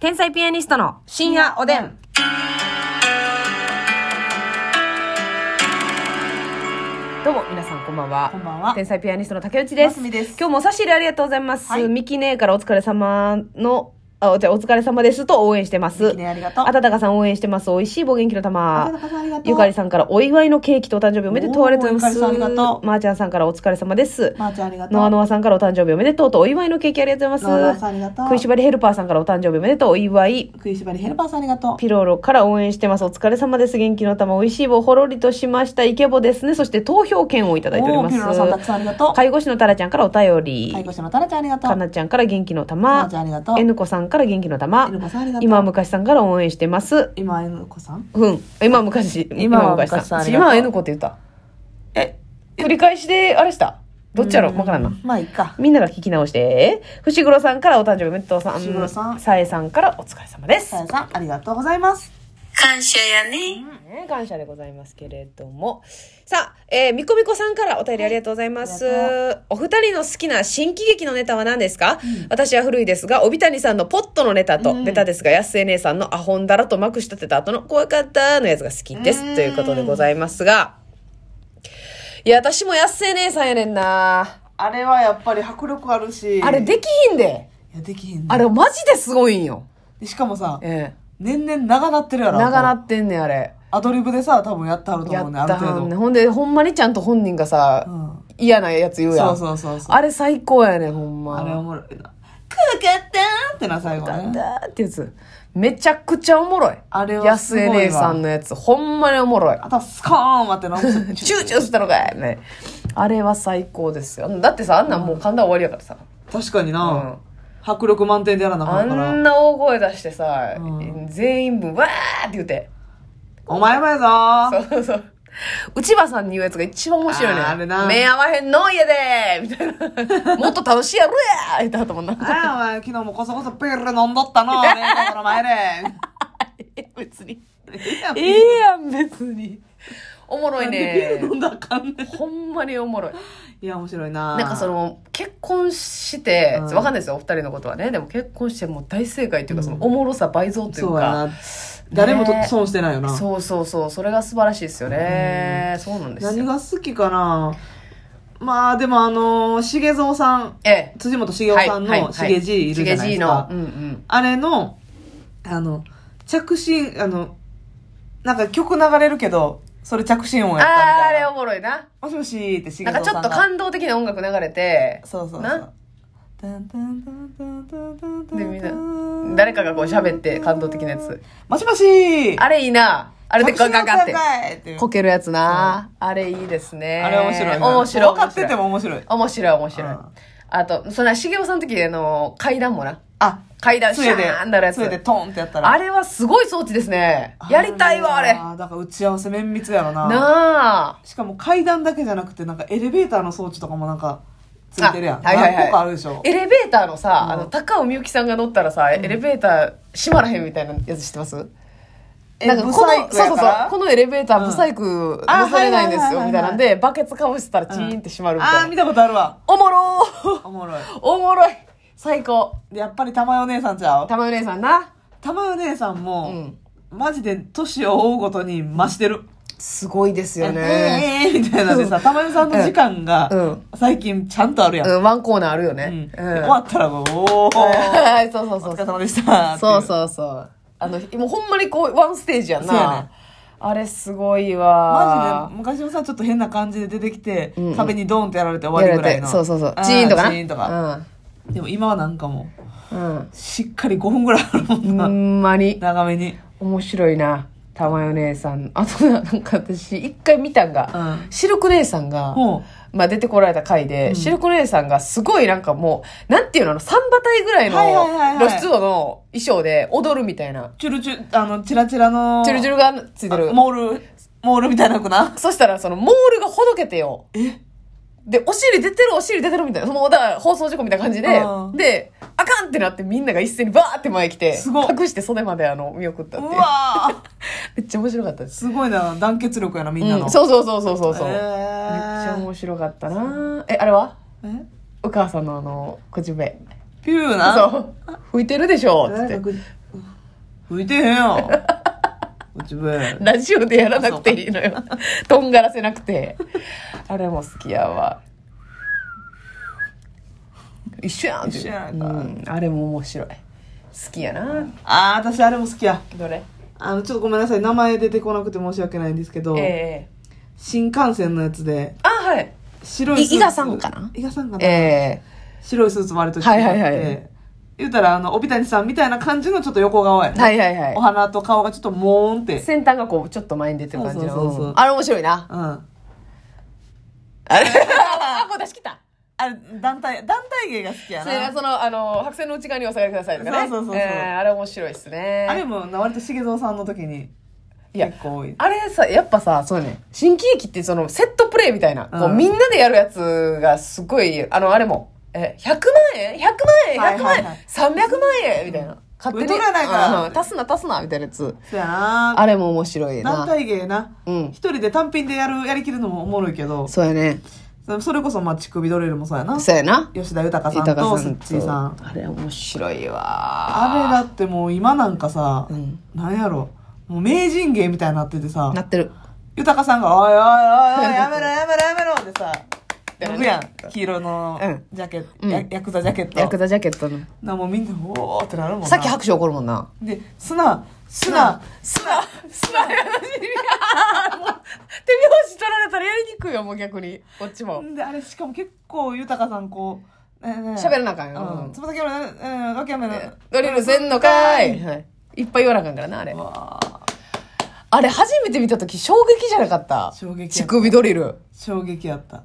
天才ピアニストの深夜おでん。どうも皆さんこんばんは。こんばんは天才ピアニストの竹内です。ますみです今日もお差し入れありがとうございます。はいミキ姉からお疲れ様の、あ、じゃあお疲れ様ですと応援してます。ミキネありがとうあたたかさん応援してます。美味しい棒元気の玉。あたたかさんありがとうゆかりさんからお祝いのケーキとお誕生日おめでとうありがとうございます。おーゆかりさんありがとうまーちゃんさんからお疲れ様です。まーちゃんありがとう。ノアノアさんからお誕生日おめでとうとお祝いのケーキありがとうございます。ノアノアさんありがとう食いしばりヘルパーさんからお誕生日おめでとうお祝い。食いしばりヘルパーさんありがとう。ピロロから応援してます。お疲れ様です。元気の玉、美味しい棒、ほろりとしました。イケボですね。そして投票券をいただいておりおまーす。ピロロさんたくさんありがとう。介護士のタラちゃんからお便り。介護士のタラちゃんありがとう。かなちゃんから元気のま玉。ーちゃんありがとう。えぬこさんから元気の玉 N 子さんありがとう今は昔さんから応援してます今、えぬこさんうん今は昔今は昔さんありがとう今はえぬこって言ったえ、繰り返しであれしたどっちやろ分からんなまあいいか。みんなが聞き直して伏黒さんからお誕生日おめでとうさん伏黒さんさえさんからお疲れ様ですさやさん、ありがとうございます。感謝やね。ね感謝でございますけれどもさあ、えー、みこみこさんからお便りありがとうございます、はいありお二人の好きな新喜劇のネタは何ですか、私は古いですが帯谷さんのポットのネタと、うんベタですが安江姉さんのアホンダラとまくし立てた後の怖かったのやつが好きです、うんということでございますがいや私も安江姉さんやねんなあれはやっぱり迫力あるし。あれいできひんでや、できへんねあれマジですごいんよでしかもさ、え年々長なってるやえろ。長なもうってんねんあれアドリブでさ、多分やってはるとや思っうね、あるたは程んね度。ほんでほんまにちゃんと本人がさ、うん。嫌なやつ言うやんそうそうそうそう。あれ最高やねほんまあれおもろいな。くかったーってな、最後だね。だーってやつめちゃくちゃおもろいあれはす安ごい江わ姉さんのやつほんまにおもろいあとはスコーン待ってな。チューチューしたのかいねあれは最高ですよだってさあんなんもう噛んだら終わりやからさ、確かにな、うん迫力満点でやらなあかあんからんな大声出してさ、うん全員分わーって言って お前もやぞーそうそう内場さんに言うやつが一番面白いねあーあれな目合わへんの家でみたいな もっと楽しいやろや言ったと思うなああお前昨日もこそこそビール飲んどっ たの冷蔵庫の前で別にえええやん別におもろいねビール飲んだらあかんねんほんまにおもろい。いや面白いななんかその、結婚して、うわんかんないですよ、お二人のことはね。でも結婚してもう大正解というか、うんそのおもろさ倍増といそううやか。な誰もとね損してないよな、そうそうそう、それが素晴らしいですよね。そうなんです何よ。が好きかなまあでもあのー、しげぞうさんえ辻元え。茂雄さんのしげじいるじゃなしげじいですいの。か、うんうん。あれの、あの、着信、あの、なんか曲流れるけど、それ着信音あやったみー、あたいれな。おもろいな。もしもしーってしなんかちょっと感動的な音楽流れて、そうそうそなう。タンタンタンタンタンタンタンでみんな誰かがこう喋って感動的なやつ。もしもしーあれいいな。ああれでガンガンガンって。てこけるやつな。あれいいですね。あれ面白いな。面白い。分かってても面白い。面白い面白い、うんあとそんな茂雄さんの時あの階段もなあ、階段シ杖ャでーンなるや、つ杖でトンってやったら。あれはすごい装置ですねやりたいわあれなーだから打ち合わせ綿密やろな。あしかも階段だけじゃなくてなんかエレベーターの装置とかもなんかついてるやん、あはいはいはい何個かあるでしょエレベーターのさ、うんあの高尾美幸さんが乗ったらさ、エレベーター閉まらへんみたいなやつ知ってますなんかこのそうそうそうこのエレベーターブサイクあ乗せれないんですよはいはいはいはいみたいなんでバケツかぶせたらチーンって閉まるみたいああーな、見たことあるわおもろーおもろい おもろい最高でやっぱり玉代姉さんちゃう玉お姉さんな玉代姉さんも、うんマジで年を追うごとに増してるすごいですえよねえーみたいなでさ玉代さんの時間がうん最近ちゃんとあるやん、うん、ワンコーナーあるようんね。でうん。終わったらもうおおおはいそうそうそう疲それう。様でしたっていそうそうそう。あの、もうほんまにこう、ワンステージやんそうやなね。あれすごいマわジ。で昔もさちょっと変な感じで出てきて、うんうん壁にドーンってやられて終わりぐらいのそうそうそうあ。チーンとかな。チーンとか、でも今はなんかもううん。しっかり5分ぐらいあるもうんん。な、ほんまに、長めに面白いな。玉代姉さん。あとな、なんか私、一回見たんが、うシルク姉さんが、もまあ出てこられた回で、シルク姉さんがすごいなんかもう、なんていうの、あの三馬体ぐらいのはいはいはいはい露出度の衣装で踊るみたいなう。チュルチュあのチラチラのチュルチュルがついてるあ。モールモールみたいな子なそしたら、その、モールがほどけてよ。で、お尻出てる、お尻出てるみたいな、その、だから放送事故みたいな感じでう、んで、あかんってなってみんなが一斉にバーって前来て、すごい隠して袖まであの、見送ったうっていう。わーめっちゃ面白かったです。すごいな団結力やなみんなの、うんそうそうそうそうそうそう。えめっちゃ面白かったなえ、あれはー、えお母さんのあの、口笛。ピューなそう。吹いてるでしょつっ誰てか。く吹いてへんや ん。こっちぶえ。ラジオでやらなくていいのよ。とんがらせなくて。あれも好きやわ。一緒やん一緒やんうかん、あれも面白い。好きやな。ああ、私あれも好きや。どれあの、ちょっとごめんなさい。名前出てこなくて申し訳ないんですけど、ええ新幹線のやつで、あ、はい。白いスーツ。い伊賀さんかな伊賀さんかな、ええ白いスーツ丸としてはいはいはい言うたら、あの、帯谷さんみたいな感じのちょっと横顔やね。はいはいはいお鼻と顔がちょっともーんって。先端がこう、ちょっと前に出てる感じの。そうそうそうそううんあれ面白いな。うん。あれあ、もう出し切った。あれ、団体、団体芸が好きやそれがな。その、あの、白線の内側にお下がりくださいとかね。そうそうそうそうええあれ面白いですね。あれも、割と茂蔵さんの時にいや結構多い。あれさ、やっぱさ、そうね、新喜劇ってそのセットプレイみたいな、こううんみんなでやるやつがすごい、あの、あれも、え、100万円 ?100 万円 ?100 万円、はいはいはい ?300 万円みたいな。勝手に。ウルトラなんかうんうん足すな足すなみたいなやつ。そうやなあれも面白い団な。体芸な。うん一人で単品でやる、やりきるのもおもろいけど、そうやね。それこそ、まあ、乳首ドリルもそうやな。そうやな。吉田豊さん豊とさスんッチーさん。あれ面白いわ。あれだってもう今なんかさ、うんなんやろ、もう名人芸みたいになっててさな、ってる。豊さんが、おい おいおいおい、やめろやめろやめろってさ、だよね脱ぐやん。黄色のうんジャケット、うんヤヤクザジャケット。ヤクザジャケットの。な、もうみんな、おーってなるもんな。さっき拍手起こるもんな。で、砂、砂、 砂、砂、手拍子取られたらやりにくいよ、もう逆に。こっちも。で、あれ、しかも結構豊さんこう、ねえねえ喋らなあかんようん。つま先俺、ねえねえ、わけやめろ。ドリルせんのかい、い、っぱい言わなあかんからなあれわああれ初めて見た時衝撃じゃなかった衝撃やった乳首ドリル衝撃やった。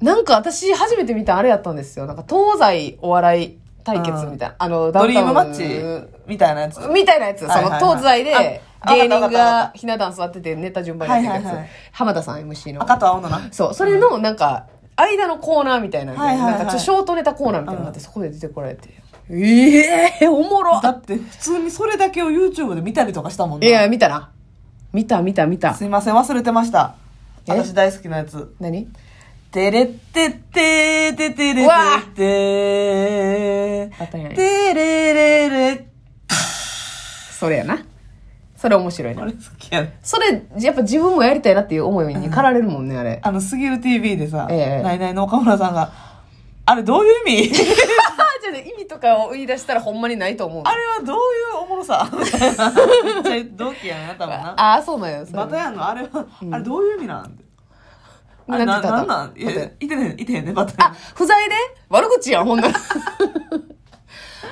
なんか私初めて見たあれやったんですよなんか東西お笑い対決みたいなあのドリームマダウンッタウンチみたいなやつ。みたいなやつ、そはいはいのはい東西であ芸人わかったわかがっひな壇座っててネタ順番にやってるやつ、はいはいはい浜田さん MC の赤と青のな。そうそれのなんか間のコーナーみたいなんで、はいはいはいなんかちょショートネタコーナーみたいなのがあってそこで出てこられてええおもろだって普通にそれだけを YouTube で見たりとかしたもんいな。や、見たな。見た見た見たす。いません、忘れてました。え私大好きなやつ。何てれってってーててれうわてあったんやーてー。てれれれ。それやな。それ面白いあな。れ好きやねそれ、やっぱ自分もやりたいなっていう思いに駆られるもんね、あれ。あの、すぎる TV でさ、ええナイナイの岡村さんが、あれどういう意味 あ、じゃあね意味とかを言い出したらほんまにないと思う。あれはどういうおもろさめっちゃ同期やな、多分な。ああ、そうなんや。それバタヤンのあれは、あれどういう意味なんて。なあれんて言なったなんなんいバタヤン、やいてね、いてへんね、バタヤあン。、不在で悪口やん、ほんなら。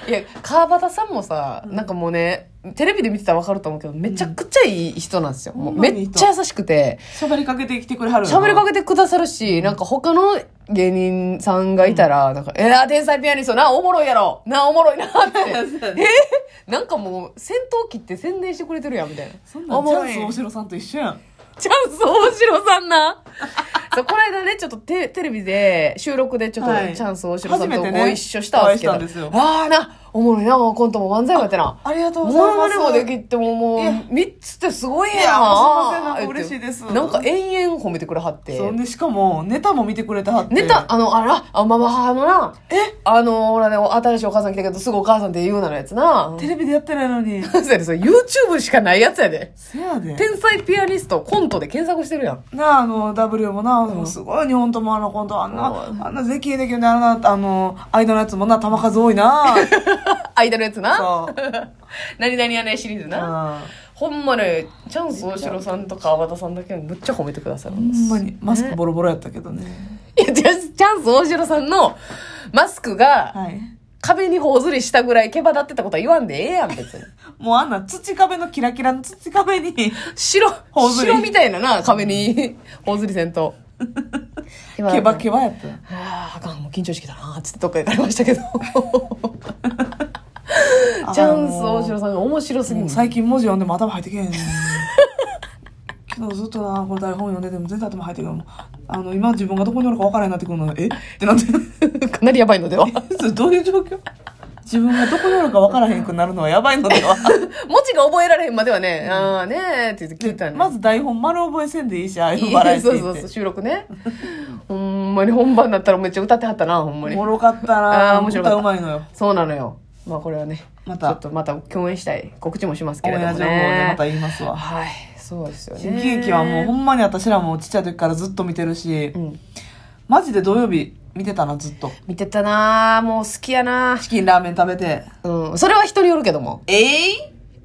いや、川端さんもさ、なんかもうね、テレビで見てたらわかると思うけど、めちゃくちゃいい人なんですよ。もうほんまめにいいっ人ちゃ優しくて。喋りかけてきてくれはるよな喋りかけてくださるし、なんか他の芸人さんがいたら、なんか、えー、天才ピアニスト、な、おもろいやろな、おもろいなって。 えなんかもう、戦闘機って宣伝してくれてるやん、みたいな。そんなんチャンス大城さんと一緒やん。チャンス大城さんな。 そう、この間ね、ちょっとテテレビで、収録でちょっと、はいチャンス大城さんと初めてねご一緒したんですけど。お会いしたんですよああな、おもろいな、コントも漫才もやってな。ありがとうございモノまマす。ネもできてももういや3つってすごいやんいやもうすいませんなんか嬉しいですなんか延々褒めてくれはってそうで、しかも、ネタも見てくれてはって。ネタ、あの、あら、あ、ママ母のな、えあの、ほらね、新しいお母さん来たけど、すぐお母さんって言うなのやつな。テレビでやってないのに。そうやで、それ YouTube しかないやつやで。せやで。天才ピアニスト、コントで検索してるやん。なあ、あの、W もな、もうすごい日本ともあのコント、あんうな、あんなできへんできへんで、あんな、あの、間のやつもな、球数多いな。間のやつな。 そう。何々やねシリーズうんな。ほんまね、チャンス大城さんとか和田さんだけはむっちゃ褒めてくださるほんでんす。まに、マスクボロボロやったけどね。いや、チャンスチャンス大城さんのマスクがはい。壁に頬ずりしたぐらい毛羽立ってたことは言わんでええやん、別に。もうあんな、土壁のキラキラの土壁に、白、頬ずり白みたいなな、壁に頬ずりせんと。毛ケバケバやった。あーあかんもう緊張してきたなーっつってどっか行かれましたけどあのーチャンス大城さんが面白すぎもるう最近文字読んでも頭入ってけへんねん昨日ずっとなこれ台本読んでても全然頭入ってけへんもうあの今自分がどこにおるか分からへんなってくるのえ ってなってかなりやばいのでは文それどういう状況自分がどこにおるか分からへんくなるのはやばいのでは 字が覚えられへんまではね、ああねーって言って聞いたんでまず台本丸覚えせんでいいしああいいうい バラエティそうそーっうてそう収録ねほんまに本番だったらめっちゃ歌ってはったなほんまおにもろかったあなー面白かった歌うまいのよそうなのよまあこれはねま、ちょったとまた共演したい告知もしますオけンれエどアも情報でまねた言いますわ。はいそうですよね新喜劇はもうほんまに私らもちっちゃい時からずっと見てるし、うんマジで土曜日見てたな、ずっと。見てたなぁもう好きやなチキンラーメン食べて。ぁうんそれは人によるけどもえい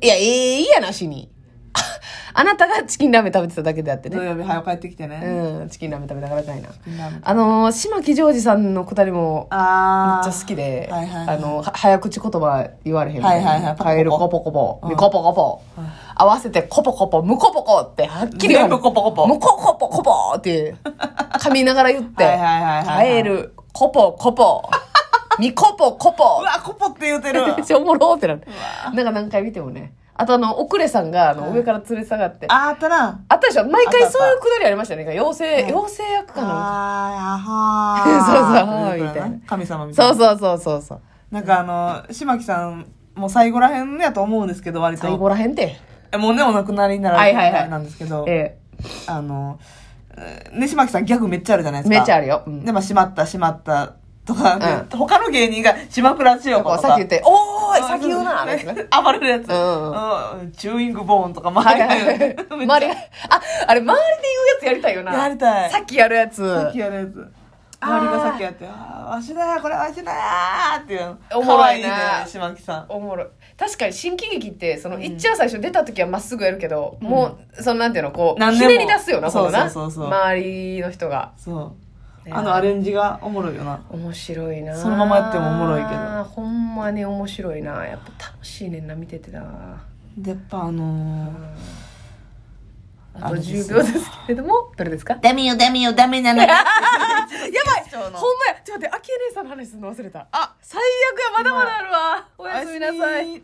いやええいやなしに あなたがチキンラーメン食べてただけであって土ね曜日早く帰ってきてね。うんチキンラーメン食べながらかいなチキンラーメン。あのー島木ジョージさんのくだりもめあっー。ちゃ好きで、はいはいはいあの、は早口言葉言われへんみたいな。はいはいはいカエルコポコポ、ミコポコポうん。合わせてコポコポ、ムコポコってはっきり。全部コポコポムココポコポって、噛みながら言って。はいはいはいはいカエルコポコポ、ミコポコポう。わ、コポって言う てる。めっちゃおもろってなる。なんか何回見てもね。あとあの、奥れさんがあの上から連れ下がって。あーあったな。あったでしょ毎あったあ回ったそういうくだりありましたよね。妖精、うん妖精役かな。あー、あはー。 そうそうみたいな神様みたいな。そうそうそうそうそう。なんかあの、島木さんも最後らへんやと思うんですけど、割と。最後らへんて。もうね、お亡くなりにならはれいてはいはいなんですけど、えあの、ね、島木さんギャグめっちゃあるじゃないでえ。すか。めっちゃある。るよ。うんで、まあ、しまった、しまったとか、うんで他の芸人が、島倉千代子ことうか。さっき言って、おーい、あ先言うな、み たいな。ね暴れるやつ。うんうんチューイングボーンとか、周はりいがはい。言うめっちゃ 周りが、あ、あれ、周りで言うやつやりたいよな。やりたいさっきやるやつ。さっきやるやつ。あー周りがさっきやって、あーわしだよ、これわしだよーっていう。おもろいな可愛ね、島木さん。おもろい確かに新喜劇ってその、いっちゃん最初出た時はまっすぐやるけど、もうそのなんていうのこう何ひでもねり出すよなこのなそうそうそうそう周りの人がそう。ねあのアレンジがおもろいよな。面白いなそのままやってもおもろいけどほんまに面白いなやっぱ楽しいねんな見ててなで、やっぱあのー、ああとれです10秒ですけれどもどれですかダメよ、ダメよ、ダメ なのよ。 やばいそうなのほんまやちょっと待って、あきえ姉さんの話するの忘れた。あ、最悪や、まだまだあるわ。おやすみなさい。おやすみ